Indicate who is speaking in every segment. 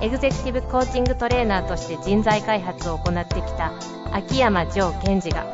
Speaker 1: エグゼクティブコーチングトレーナーとして人材開発を行ってきた秋山城賢治が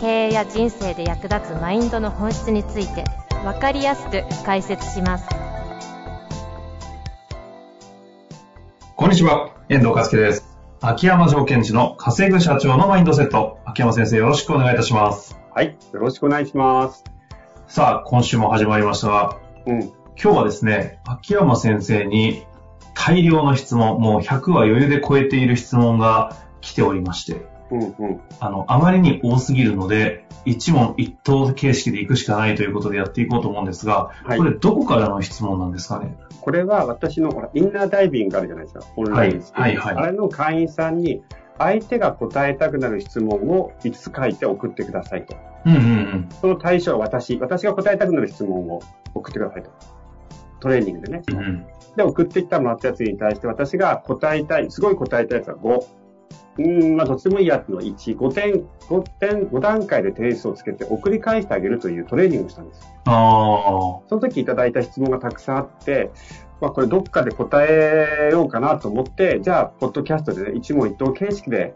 Speaker 1: 経営や人生で役立つマインドの本質について分かりやすく解説します
Speaker 2: こんにちは、遠藤和樹です。秋山条件時の稼ぐ社長のマインドセット。秋山先生、よろしくお願いいたします。
Speaker 3: はい、よろしくお願いします。
Speaker 2: さあ、今週も始まりましたが、
Speaker 3: うん、
Speaker 2: 今日はですね、秋山先生に大量の質問、もう100は余裕で超えている質問が来ておりまして、
Speaker 3: うん、うん。
Speaker 2: あの、あまりに多すぎるので、一問一答形式でいくしかないということでやっていこうと思うんですが、
Speaker 3: はい
Speaker 2: こ、れどこからの質問なんですかね
Speaker 3: これは私のほらインナーダイビングがあるじゃないですか、オンラインですけど
Speaker 2: はいはいはい
Speaker 3: あれの会員さんに、相手が答えたくなる質問を5つ書いて送ってくださいと。
Speaker 2: うんうんうん。
Speaker 3: その対象は私、私が答えたくなる質問を送ってくださいと。トレーニングでね。
Speaker 2: うん
Speaker 3: で、送ってきたもらったやつに対して、私が答えたい、すごい答えたいやつは5。うーん、まあ、どっちでもいいやっていうのは1、5点、5点、5段階で点数をつけて送り返してあげるというトレーニングをしたんです。
Speaker 2: あ
Speaker 3: その時いただいた質問がたくさんあって、まあ、これどっかで答えようかなと思って、じゃあ、ポッドキャストで、ね、一問一答形式で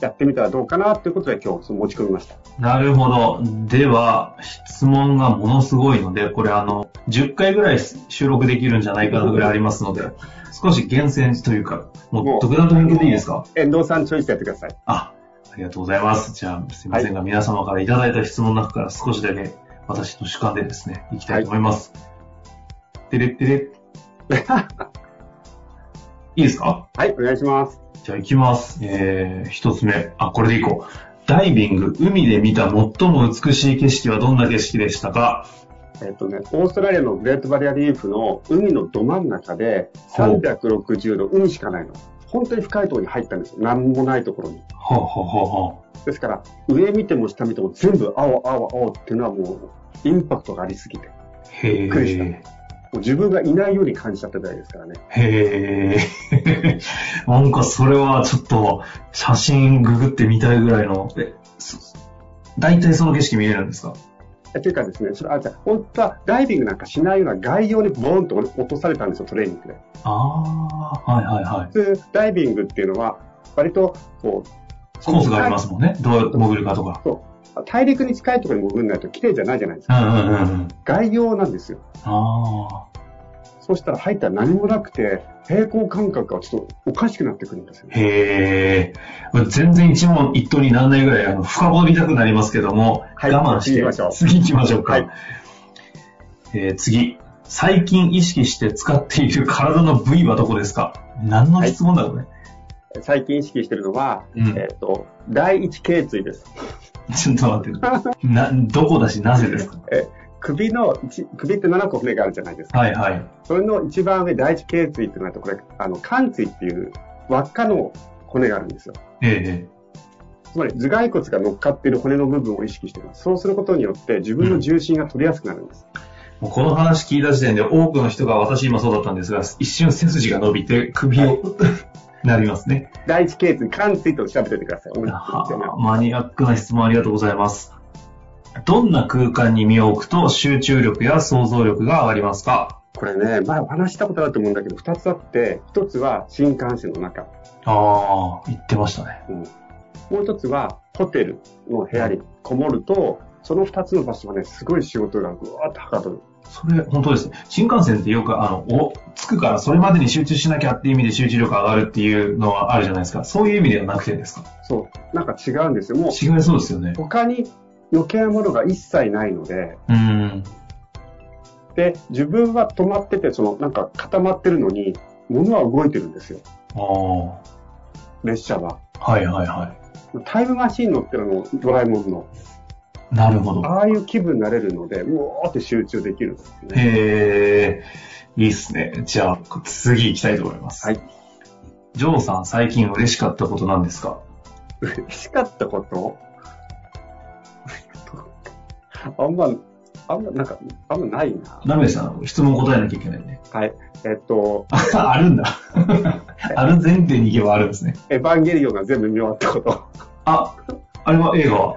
Speaker 3: やってみたらどうかなということで今日その持ち込みました。
Speaker 2: ーなるほど。では、質問がものすごいので、これあの、10回ぐらい収録できるんじゃないかなぐらいありますので、少し厳選というか、も
Speaker 3: も
Speaker 2: う
Speaker 3: う
Speaker 2: 独断と偏見でいいですか
Speaker 3: 遠藤さんチョイスでやってください。
Speaker 2: あ、ありがとうございます。じゃあ、すいませんが、皆様からいただいた質問の中から少しだけ私の主観でですね、いきたいと思います。てれってれ。いいですか
Speaker 3: はい、お願いします。
Speaker 2: じゃあ行きます。えー、一つ目。あ、これでいこう。ダイビング、海で見た最も美しい景色はどんな景色でしたか
Speaker 3: えっとね、オーストラリアのグレートバリアリーフの海のど真ん中で360度海しかないの。本当に深いところに入ったんですよ。なんもないところに。
Speaker 2: ほうほうほうほ
Speaker 3: ですから、上見ても下見ても全部青青青っていうのはもうインパクトがありすぎて。も
Speaker 2: う。へ
Speaker 3: びっくりした
Speaker 2: え。
Speaker 3: う自分がいないように感じちゃったぐらいですからね。
Speaker 2: へえ。 なんかそれはちょっと写真ググってみたいぐらいの。え、そ大体その景色見えるんですか
Speaker 3: えというかですね、それあじゃあ本当はダイビングなんかしないような概要にボーンと落とされたんですよ、トレーニングで。
Speaker 2: ああー、はいはいはい。
Speaker 3: 普通、ダイビングっていうのは、割とこう
Speaker 2: コースがありますもんね。どう潜るかとか。
Speaker 3: 大陸に近いところに潜んないと綺麗じゃないじゃないです
Speaker 2: う
Speaker 3: か。
Speaker 2: んうんうんうん。
Speaker 3: 概要なんですよ。
Speaker 2: あ
Speaker 3: そうしたら入ったら何もなくて、平行感覚がちょっとおかしくなってくるんですよ
Speaker 2: あ、。へえ。全然一問一答にならないぐらい、あの、深掘りたくなりますけども、
Speaker 3: はい
Speaker 2: 我慢して、
Speaker 3: 次行きましょう
Speaker 2: 次行きましょうか。
Speaker 3: はい
Speaker 2: えー次。最近意識して使っている体の部位はどこですか何の質問だろうね。
Speaker 3: 最近意識してるのは、
Speaker 2: うん
Speaker 3: えっ、と、第一頸椎です。
Speaker 2: ちょっと待って。な、どこだし、なぜですか
Speaker 3: 首の一、首って7個骨があるじゃないですか。
Speaker 2: はいはい。
Speaker 3: それの一番上、第一頸椎ってなると、これ、あの、関椎っていう輪っかの骨があるんですよ。
Speaker 2: え
Speaker 3: つまり頭蓋骨が乗っかっている骨の部分を意識しています。そうすることによって自分の重心が取りやすくなるんです。
Speaker 2: えもうこの話聞いた時点で多くの人が、私今そうだったんですが、一瞬背筋が伸びて首を、 なりますね。
Speaker 3: 第一頸椎、関椎と調べておいてください。
Speaker 2: はあマニアックな質問ありがとうございます。どんな空間に身を置くと集中力や想像力が上がりますか
Speaker 3: これね、前お話ししたことあると思うんだけど、二つあって、一つは新幹線の中、
Speaker 2: ああ、言ってましたね。
Speaker 3: うんもう一つはホテルの部屋にこもると、その二つの場所はね、すごい仕事がぐわーっとはかどる。
Speaker 2: それ、本当ですね。新幹線ってよく、あの、お、着くからそれまでに集中しなきゃっていう意味で集中力が上がるっていうのはあるじゃないですか。そういう意味ではなくてですか
Speaker 3: そう。なんか違うんですよ。もう、
Speaker 2: 違いそうですよね。
Speaker 3: 他に余計なものが一切ないので、
Speaker 2: うーん。
Speaker 3: で、自分は止まってて、その、なんか固まってるのに、物は動いてるんですよ、
Speaker 2: ああ、
Speaker 3: 列車は。
Speaker 2: はいはいは
Speaker 3: タイムマシーン乗ってるの、ドラえもんの。
Speaker 2: い。なるほど。
Speaker 3: ああいう気分になれるので、もうーって集中できるんですね。
Speaker 2: へえ、いいっすね。じゃあ、次行きたいと思います。
Speaker 3: はい。
Speaker 2: ジョーさん、最近嬉しかったことなんですか
Speaker 3: 嬉しかったこと あんま、あんま、なんか、あんまないな。
Speaker 2: ナメさん、質問答えなきゃいけないね。
Speaker 3: はい。えっと、
Speaker 2: ああるんだ。 ある前提に行けばあるんですね。
Speaker 3: エヴァンゲリオンが全部見終わったこと。
Speaker 2: あ、あれは映画は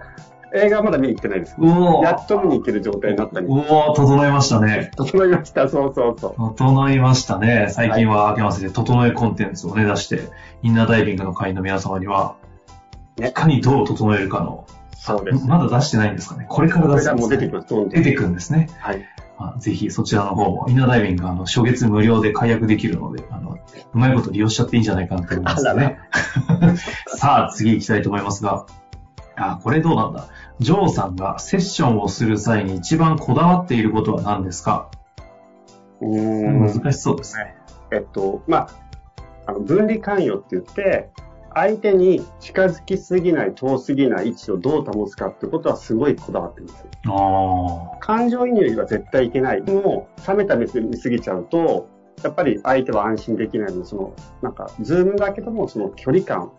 Speaker 3: 映画はまだ見に行ってないです。
Speaker 2: うおー
Speaker 3: やっと見に行ける状態になったんで
Speaker 2: うおー整いましたね。
Speaker 3: 整いました。そうそうそう。
Speaker 2: 整いましたね。最近は、明けませて、整えコンテンツをね、出して、インナーダイビングの会員の皆様には、
Speaker 3: ね
Speaker 2: いかにどう整えるかの、
Speaker 3: そうです。
Speaker 2: まだ出してないんですかね。これから
Speaker 3: こ
Speaker 2: 出
Speaker 3: れ
Speaker 2: す
Speaker 3: が
Speaker 2: んで
Speaker 3: も
Speaker 2: す
Speaker 3: う
Speaker 2: か
Speaker 3: 出
Speaker 2: ね
Speaker 3: てくる。どんど
Speaker 2: 出
Speaker 3: ん。
Speaker 2: てくるんですね。
Speaker 3: はい。
Speaker 2: まあぜひそちらの方も、インナーダイビングはあの初月無料で解約できるので、あのうまいこと利用しちゃっていいんじゃないかなと思います
Speaker 3: あら
Speaker 2: ね。 さあ、次行きたいと思いますが、あ、これどうなんだ。ジョーさんがセッションをする際に一番こだわっていることは何ですか、
Speaker 3: うーん。
Speaker 2: 難しそうですね。
Speaker 3: えっと、まあ、あの分離関与って言って、相手に近づきすぎない、遠すぎない位置をどう保つかってことはすごいこだわってます。
Speaker 2: ああ、
Speaker 3: 感情移入には絶対いけない。もう、冷めた目で見すぎちゃうと、やっぱり相手は安心できないので、その、なんか、ズームだけども、その距離感。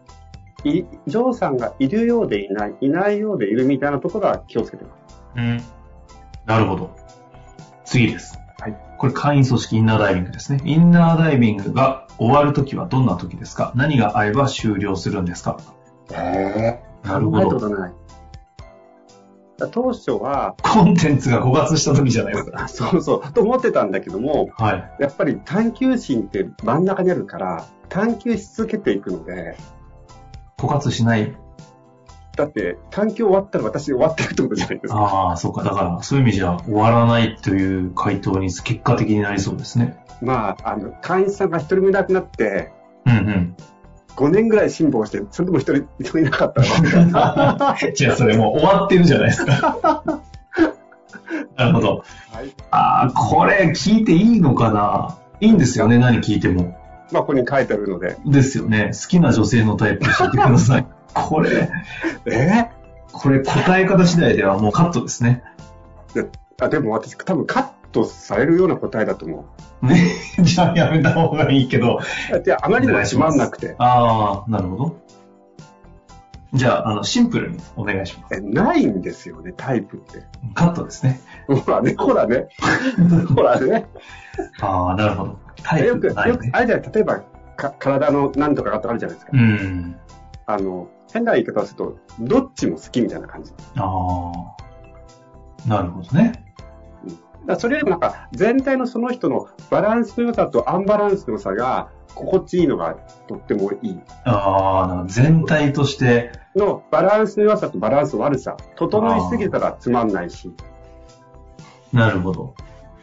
Speaker 3: い、ジョーさんがいるようでいない、いないようでいるみたいなところは気をつけてます。
Speaker 2: うん。なるほど。次です。
Speaker 3: はい。
Speaker 2: これ会員組織インナーダイビングですね。インナーダイビングが終わるときはどんなときですか何が合えば終了するんですか
Speaker 3: ええ
Speaker 2: なるほ
Speaker 3: 考えた
Speaker 2: ど
Speaker 3: ことない。だ当初は、
Speaker 2: コンテンツが枯渇した時じゃないですか。
Speaker 3: あそうそう、と思ってたんだけども、
Speaker 2: はい。
Speaker 3: やっぱり探求心って真ん中にあるから、探求し続けていくので、
Speaker 2: 枯渇しない。
Speaker 3: だって探求終わったら私終わってるってことじゃないですか。
Speaker 2: ああ、そうか。だから、そういう意味じゃ終わらないという回答に結果的になりそうですね。
Speaker 3: まあ、あの、会員さんが一人もいなくなって、
Speaker 2: うんうん。
Speaker 3: 5年ぐらい辛抱して、それでも一人、一人いなか ったら、
Speaker 2: じゃあ、それもう終わってるじゃないですか。 なるほど。
Speaker 3: はい、
Speaker 2: ああ、これ聞いていいのかないいんですよね。何聞いても。
Speaker 3: まあ、ここに書いてあるので、
Speaker 2: ですよね。好きな女性のタイプ教えてくださ い。これ、
Speaker 3: え
Speaker 2: これ答え方次第ではもうカットです ね。
Speaker 3: ーあでも私、多分カットされるような答えだと思
Speaker 2: ね、じゃあやめた方がいいけど。
Speaker 3: う。だって、あまりにもつまんなくて、
Speaker 2: ああ、なるほど。じゃあ、あの、シンプルにお願いします。
Speaker 3: えないんですよね、タイプって。
Speaker 2: カットですね。
Speaker 3: ほらね、ほらね、ほらね。
Speaker 2: ああ、なるほど。タイ
Speaker 3: よ
Speaker 2: プ
Speaker 3: く、
Speaker 2: がない
Speaker 3: よく
Speaker 2: ね、。
Speaker 3: あれじゃない例えば、か体のなんとかがとかあるじゃないですか。
Speaker 2: うん。
Speaker 3: あの、変な言い方をすると、どっちも好きみたいな感じ。だか
Speaker 2: ああ、なるほどね。
Speaker 3: らそれよりもなんか、全体のその人のバランスの良さとアンバランスの良さが、心地いいのがとってもいい。
Speaker 2: ああ、なんか全体として、
Speaker 3: のバランスの良さとバランスの悪さ。整いすぎたらつまんないし、
Speaker 2: なるほど。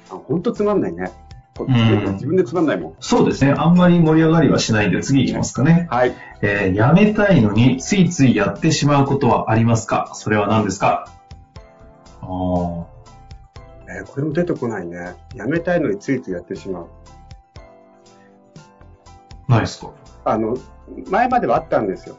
Speaker 3: あほんとつまんないね。こ
Speaker 2: うん
Speaker 3: 自分でつまんないもん。
Speaker 2: そうですね。あんまり盛り上がりはしないんで、次行きますかね。
Speaker 3: はい。
Speaker 2: えーやめたいのについついやってしまうことはありますかそれは何ですかあー
Speaker 3: えーこれも出てこないね。やめたいのについついやってしまう。
Speaker 2: ないですか
Speaker 3: あの、前まではあったんですよ。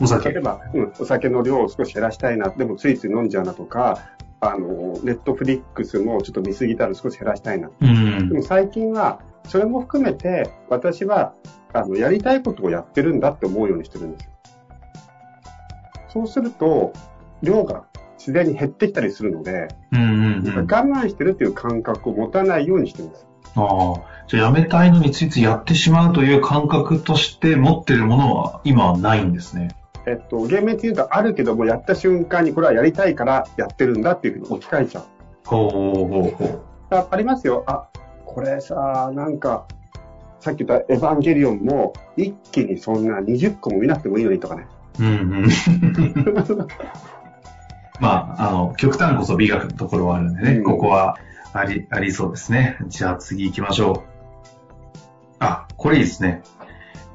Speaker 2: お酒。
Speaker 3: 例えば、うん、お酒の量を少し減らしたいな、でもついつい飲んじゃうなとか、あの、ネットフリックスもちょっと見過ぎたら少し減らしたいな。
Speaker 2: う
Speaker 3: で
Speaker 2: ん。
Speaker 3: も最近は、それも含めて、私は、あの、やりたいことをやってるんだって思うようにしてるんですよ。そうすると、量が自然に減ってきたりするので、
Speaker 2: うんうんうん。
Speaker 3: 我慢してるっていう感覚を持たないようにしてます。
Speaker 2: ああ。じゃあやめたいのについついやってしまうという感覚として持ってるものは今はないんですね。
Speaker 3: えっと、厳密に言うとあるけども、やった瞬間にこれはやりたいからやってるんだっていうふうに置き換えちゃう。
Speaker 2: ほうほうほう。
Speaker 3: あありますよ。あ、これさ、なんか、さっき言ったエヴァンゲリオンも、一気にそんな20個も見なくてもいいのにとかね。
Speaker 2: うん うん。まあ、あの、極端こそ美学のところはあるんでね、
Speaker 3: うん
Speaker 2: ここはあり、ありそうですね。じゃあ次行きましょう。あ、これいいですね。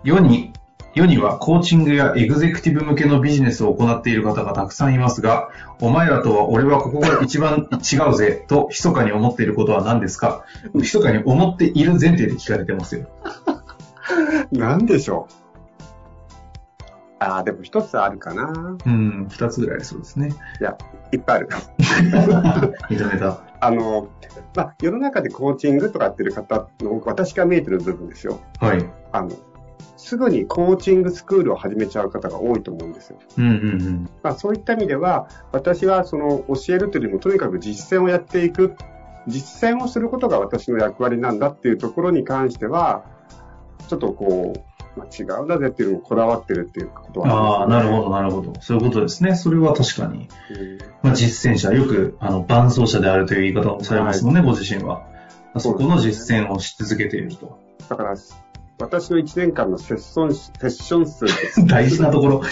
Speaker 2: 世に、世にはコーチングやエグゼクティブ向けのビジネスを行っている方がたくさんいますが、お前らとは俺はここが一番違うぜと、密かに思っていることは何ですか密かに思っている前提で聞かれてますよ。
Speaker 3: なんでしょう。あーでも一つあるかな。
Speaker 2: うん、二つぐらいありそうですね。
Speaker 3: いや、いっぱいある。
Speaker 2: 認めた。
Speaker 3: あの、まあ、世の中でコーチングとかやってる方の、私が見えてる部分ですよ。
Speaker 2: はい。
Speaker 3: あの、すぐにコーチングスクールを始めちゃう方が多いと思うんですよ。
Speaker 2: うんうん
Speaker 3: まあ、そういった意味では、私はその教えるというよりも、とにかく実践をやっていく、実践をすることが私の役割なんだっていうところに関しては、ちょっとこう、まあ、違うなぜっていうのをこだわってるっていうこと
Speaker 2: うん。あ
Speaker 3: は
Speaker 2: あ、なるほど、なるほど。そういうことですね。それは確かに。
Speaker 3: るんですね。
Speaker 2: まあ、実践者、よく、あの、伴走者であるという言い方をされますもんね、ご自身は。そこの実践をし続けていると。
Speaker 3: うんだから、私の1年間のセッション、セッション 数です。
Speaker 2: 大事なところ。もう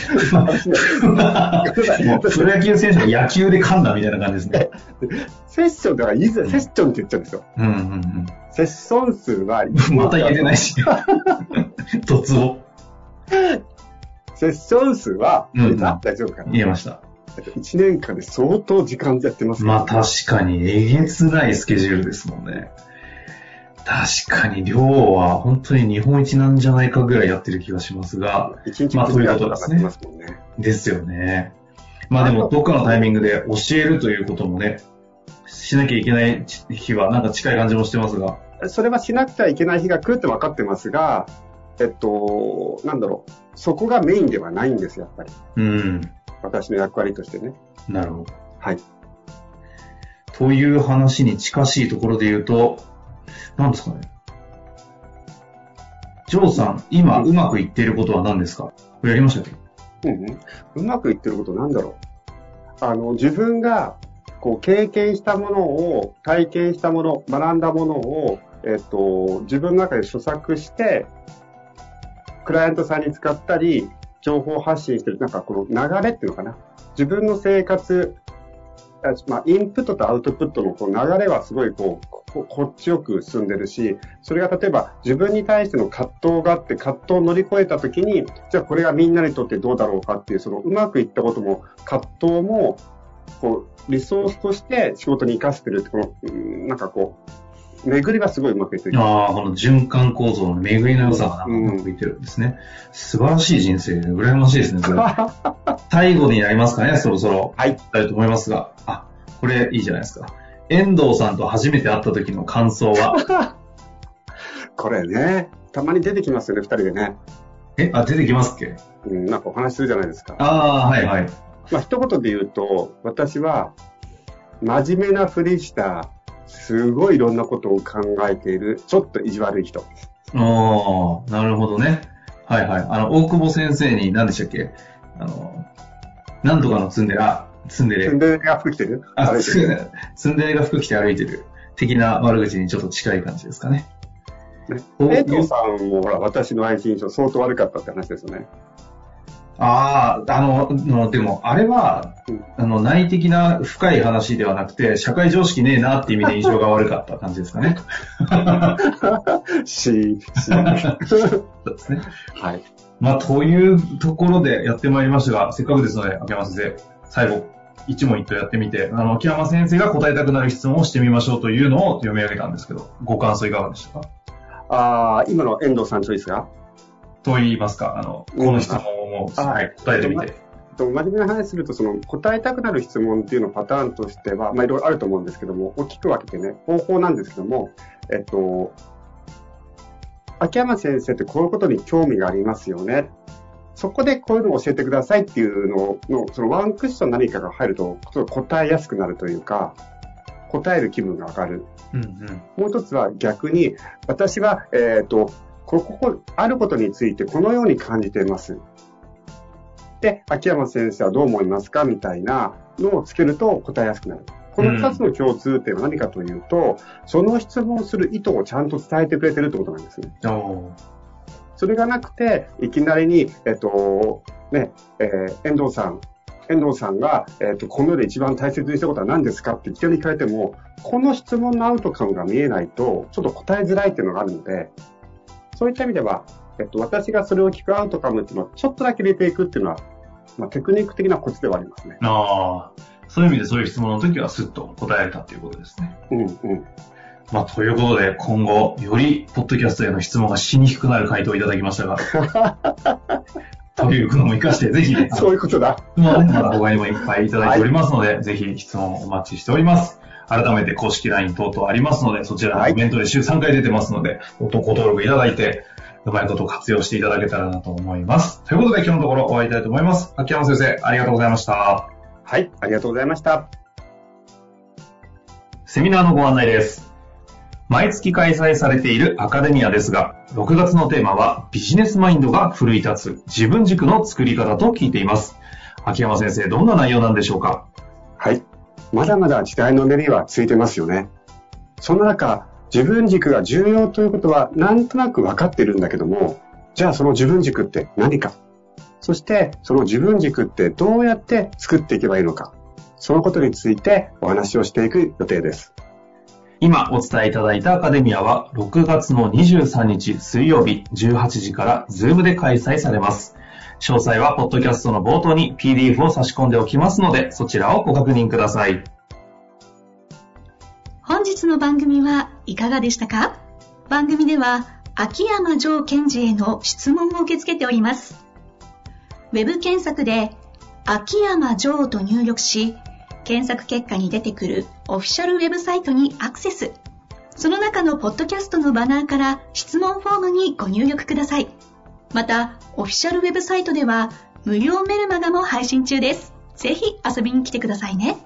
Speaker 2: プロ野球選手が野球で噛んだみたいな感じですね。
Speaker 3: セッションだから、いずれセッションって言っちゃうんですよ。
Speaker 2: うんうん
Speaker 3: セッション数は、
Speaker 2: うん。 また言えてない し。突を
Speaker 3: セッション数は、
Speaker 2: うんうん
Speaker 3: 大丈夫かな
Speaker 2: 言えました。
Speaker 3: 1年間で相当時間やってますから
Speaker 2: まあ確かに、えげつないスケジュールですもんね。確かに量は本当に日本一なんじゃないかぐらいやってる気がしますが、
Speaker 3: 一日
Speaker 2: まあ
Speaker 3: 1時間
Speaker 2: そういうこと
Speaker 3: と
Speaker 2: で
Speaker 3: か
Speaker 2: す
Speaker 3: か
Speaker 2: ね
Speaker 3: りますもんね。
Speaker 2: ですよね。まあでもどっかのタイミングで教えるということもね、しなきゃいけない日はなんか近い感じもしてますが。
Speaker 3: それはしなくちゃいけない日が来るって分かってますが、えっと、なんだろう、そこがメインではないんです、やっぱり。
Speaker 2: うん。
Speaker 3: 私の役割としてね。
Speaker 2: なるほど。
Speaker 3: はい。
Speaker 2: という話に近しいところで言うと、何ですかね。ジョーさん、今
Speaker 3: うん
Speaker 2: うまくいっていることは何ですかこれやりましたっけ
Speaker 3: うんうん、うまくいってることなんだろう。あの、自分が、こう、経験したものを、体験したもの、学んだものを、えっと、自分の中で著作して、クライアントさんに使ったり、情報発信してる、なんかこの流れっていうのかな。自分の生活、あまあ、インプットとアウトプットのこう流れはすごいこう、こここっちよく進んでるし、それが例えば自分に対しての葛藤があって、葛藤を乗り越えたときに、じゃあこれがみんなにとってどうだろうかっていう、そのうまくいったことも、葛藤も、こう、リソースとして仕事に生かしてるって、この、うんなんかこう、巡りがすごいうまくいってる。
Speaker 2: ああ、この循環構造の巡りの良さがなんかうまくいってるんですね。素晴らしい人生で、羨ましいです ね、それ。 最後になりますかね、そろそろ。
Speaker 3: はい。
Speaker 2: したいと思いますが。あ、これいいじゃないですか。遠藤さんと初めて会った時の感想 は
Speaker 3: これね、たまに出てきますよね、二人でね。
Speaker 2: え、あ、出てきますっけ
Speaker 3: うん、なんかお話しするじゃないですか。
Speaker 2: ああ、はいはい。
Speaker 3: まあ、一言で言うと、私は、真面目なふりした、すごいいろんなことを考えている、ちょっと意地悪い人。
Speaker 2: おー、なるほどね。はいはい。あの、大久保先生に何でしたっけあの、なんとかのツンデレ、あ、ツンデ
Speaker 3: ツン
Speaker 2: レ、
Speaker 3: デレが服着てる
Speaker 2: あ、
Speaker 3: れ
Speaker 2: ツンデレツンデレが服着て歩いてる的な悪口にちょっと近い感じですかね。お
Speaker 3: 江藤さんもほら、私の愛人印象相当悪かったって話ですよ ね。
Speaker 2: ああ、あの、のでも、あれは
Speaker 3: うん、
Speaker 2: あの、内的な深い話ではなくて、社会常識ねえなって意味で印象が悪かった感じですかね。
Speaker 3: し、し。 は
Speaker 2: そうですね。
Speaker 3: い。
Speaker 2: まあ、というところでやってまいりましたが、せっかくですので、秋山先生、最後、一問一答やってみて、あの、秋山先生が答えたくなる質問をしてみましょうというのを読み上げたんですけど、ご感想いかがでしたか
Speaker 3: ああ、今の遠藤さんチョイスが
Speaker 2: と言いますか、あの、この質問をもう、
Speaker 3: うん
Speaker 2: はい、答えてみて。
Speaker 3: えっと真面目な話すると、その答えたくなる質問っていうのパターンとしては、まあいろいろあると思うんですけども、大きく分けてね、方法なんですけども、えっと、秋山先生ってこういうことに興味がありますよね。そこでこういうのを教えてくださいっていうのの、そのワンクッション何かが入ると、ちょっと答えやすくなるというか、答える気分が上がる。
Speaker 2: うんうん。
Speaker 3: もう一つは逆に、私は、えっ、と、こここ、あることについてこのように感じています。で、秋山先生はどう思いますかみたいなのをつけると答えやすくなる。この二つの共通点は何かというと、その質問する意図をちゃんと伝えてくれてるってことなんですね。
Speaker 2: お
Speaker 3: それがなくて、いきなりに、えっと、ね、えー遠藤さん、遠藤さんが、えっと、この世で一番大切にしたことは何ですかっていきなり聞かれても、この質問のアウトカムが見えないと、ちょっと答えづらいっていうのがあるので、そういった意味では、えっと、私がそれを聞くアウトカムっていうのは、ちょっとだけ入れていくっていうのは、まあ、テクニック的なコツではありますね。
Speaker 2: ああ、そういう意味でそういう質問の時はスッと答えられたということですね。
Speaker 3: うんうん。
Speaker 2: まあ、ということで、今後、より、ポッドキャストへの質問がしにくくなる回答をいただきましたが、というのも活かして、ぜひ、ね、
Speaker 3: そういうことだ。
Speaker 2: まあね、まだ他にもいっぱいいただいておりますので、ぜひ質問お待ちしております。改めて公式 LINE 等々ありますので、そちらのコメントで週3回出てますので、ご登録いただいて、うまいこと活用していただけたらなと思います。ということで今日のところ終わりたいと思います。秋山先生、ありがとうございました。
Speaker 3: はい、ありがとうございました。
Speaker 2: セミナーのご案内です。毎月開催されているアカデミアですが、6月のテーマはビジネスマインドが奮い立つ自分軸の作り方と聞いています。秋山先生、どんな内容なんでしょうか
Speaker 3: はい。まだまだ時代のうねりはついてますよね。そんな中、自分軸が重要ということはなんとなく分かってるんだけども、じゃあその自分軸って何かそしてその自分軸ってどうやって作っていけばいいのかそのことについてお話をしていく予定です。
Speaker 2: 今お伝えいただいたアカデミアは6月の23日水曜日18時から Zoom で開催されます。詳細はポッドキャストの冒頭に PDF を差し込んでおきますので、そちらをご確認ください。
Speaker 4: 本日の番組はいかがでしたか番組では秋山城賢治への質問を受け付けております。ウェブ検索で秋山城と入力し、検索結果に出てくるオフィシャルウェブサイトにアクセス。その中のポッドキャストのバナーから質問フォームにご入力ください。また、オフィシャルウェブサイトでは無料メルマガも配信中です。ぜひ遊びに来てくださいね。